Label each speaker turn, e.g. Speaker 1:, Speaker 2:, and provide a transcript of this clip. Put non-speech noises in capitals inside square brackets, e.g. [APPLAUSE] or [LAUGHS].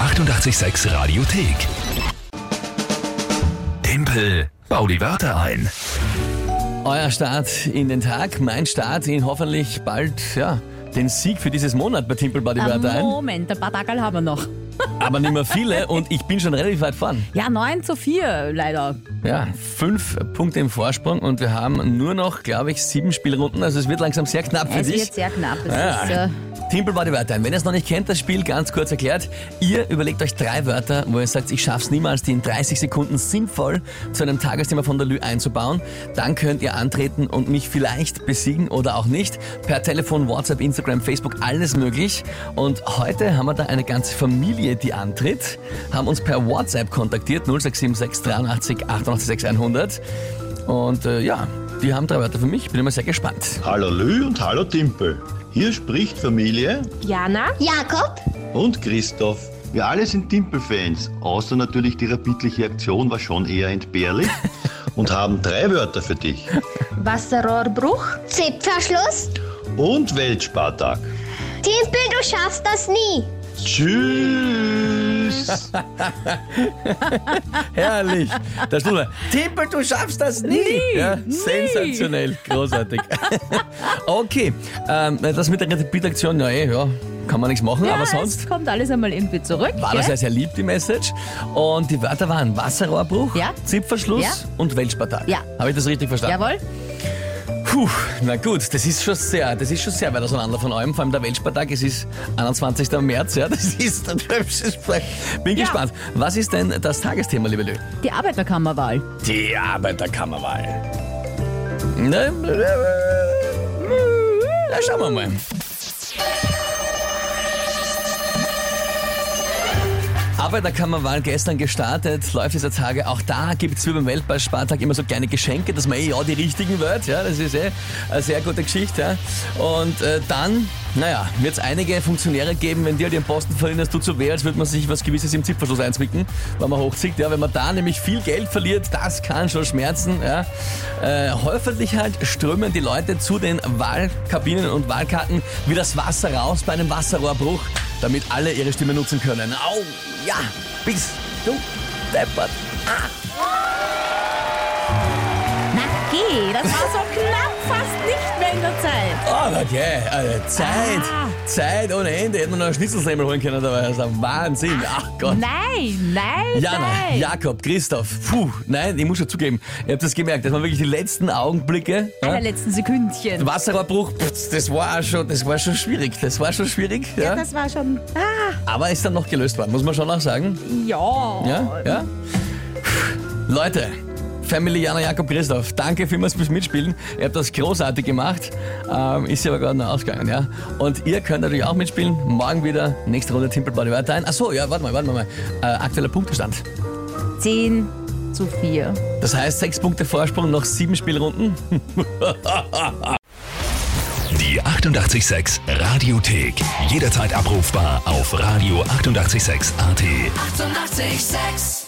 Speaker 1: 886 Radiothek. Tempel, bau die Wörter ein.
Speaker 2: Euer Start in den Tag, mein Start in hoffentlich bald, ja, den Sieg für dieses Monat bei Timpel Body Wörter
Speaker 3: Ah,
Speaker 2: ein.
Speaker 3: Moment, ein paar Tage haben wir noch.
Speaker 2: Aber nicht mehr viele und ich bin schon relativ weit vorn.
Speaker 3: Ja, 9 zu 4 leider.
Speaker 2: Ja, fünf Punkte im Vorsprung und wir haben nur noch, glaube ich, sieben Spielrunden. Also es wird langsam sehr knapp für
Speaker 3: Es
Speaker 2: dich.
Speaker 3: wird sehr knapp. Es ist,
Speaker 2: Ja.
Speaker 3: äh,
Speaker 2: Timpel war die Wörter ein. Wenn ihr es noch nicht kennt, das Spiel ganz kurz erklärt. Ihr überlegt euch drei Wörter, wo ihr sagt, ich schaff's niemals, die in 30 Sekunden sinnvoll zu einem Tagesthema von der Lü einzubauen. Dann könnt ihr antreten und mich vielleicht besiegen oder auch nicht. Per Telefon, WhatsApp, Instagram, Facebook, alles möglich. Und heute haben wir da eine ganze Familie, die antritt, haben uns per WhatsApp kontaktiert, 0676 83 88 100. Und äh, ja, die haben drei Wörter für mich. Bin immer sehr gespannt.
Speaker 4: Hallo Lü und hallo Timpel. Hier spricht Familie
Speaker 5: Jana,
Speaker 6: Jakob,
Speaker 4: und Christoph. Wir alle sind Timpel-Fans, außer natürlich die rapidliche Aktion war schon eher entbehrlich und haben drei Wörter für dich.
Speaker 5: Wasserrohrbruch,
Speaker 6: Zipverschluss.
Speaker 4: Und Weltspartag.
Speaker 6: Timpel, du schaffst das nie.
Speaker 4: Tschüss!
Speaker 2: Herrlich. Da steht mal, Timpel, du schaffst das nie. ja, Sensationell, großartig. [LAUGHS] okay, ähm, das mit der Repeat-Aktion, ja, eh, ja, kann man nichts machen,
Speaker 3: ja,
Speaker 2: aber sonst
Speaker 3: Es kommt alles einmal irgendwie zurück.
Speaker 2: war
Speaker 3: gell?
Speaker 2: das ja sehr lieb, die Message. Und die Wörter waren Wasserrohrbruch,
Speaker 3: Ja.
Speaker 2: Zipverschluss
Speaker 3: Ja.
Speaker 2: und Weltspartag.
Speaker 3: Ja.
Speaker 2: Habe ich das richtig verstanden?
Speaker 3: Jawohl.
Speaker 2: Puh, na gut, das ist schon sehr, das ist schon sehr weit auseinander von allem. Vor allem der Weltspartag, es ist 21. März, ja, [LAUGHS] das ist ein hübsches Bin
Speaker 3: Ja.
Speaker 2: gespannt. Was ist denn das Tagesthema, liebe Lö?
Speaker 3: Die Arbeiterkammerwahl.
Speaker 2: Die Arbeiterkammerwahl. Ne? Na, schauen wir mal. Arbeiterkammerwahl gestern gestartet, läuft dieser Tage. Auch da gibt es wie beim Weltballspartag immer so kleine Geschenke, dass man eh ja die richtigen wird. Ja, das ist eh eine sehr gute Geschichte. Ja. Und äh, dann, naja, wird es einige Funktionäre geben, wenn die halt ihren Posten verlieren, dass du zu weh, als würde man sich was Gewisses im Zipverschluss einzwicken, wenn man hochzieht. Ja, wenn man da nämlich viel Geld verliert, das kann schon schmerzen. Ja. Äh, häufig halt strömen die Leute zu den Wahlkabinen und Wahlkarten wie das Wasser raus bei einem Wasserrohrbruch, damit alle ihre Stimme nutzen können. Au, ja, bist du deppert.
Speaker 3: Na geh, das war so knapp, fast nicht mehr in der Zeit.
Speaker 2: Oh, okay, also Zeit,
Speaker 3: Ah.
Speaker 2: Zeit ohne Ende. Hätten wir noch einen Schnitzelsnebel holen können dabei. Das ist ein Wahnsinn. Ach Gott.
Speaker 3: Nein, nein,
Speaker 2: Jana,
Speaker 3: nein.
Speaker 2: Jakob, Christoph, puh, nein, ich muss schon zugeben, ihr habt das gemerkt, das waren wirklich die letzten Augenblicke.
Speaker 3: In
Speaker 2: Ja?
Speaker 3: der letzten Sekündchen.
Speaker 2: Wasserrohrbruch, pff, das war auch schon, das war schon schwierig, das war schon schwierig, ja?
Speaker 3: Das war schon. Ah,
Speaker 2: aber ist dann noch gelöst worden, muss man schon auch sagen.
Speaker 3: ja.
Speaker 2: Ja, ja. Leute, Family Jana Jakob Christoph, danke vielmals fürs Mitspielen. Ihr habt das großartig gemacht. Ähm, ist ja aber gerade noch ausgegangen, ja. Und ihr könnt natürlich auch mitspielen. Morgen wieder, nächste Runde Timpelbody weiter ein. Achso, ja, warte mal, warte mal. Äh, aktueller Punktestand.
Speaker 3: 10 zu 4.
Speaker 2: Das heißt, sechs Punkte Vorsprung, noch sieben Spielrunden.
Speaker 1: Die 886 Radiothek. Jederzeit abrufbar auf radio886.at. 886! 886.
Speaker 7: 886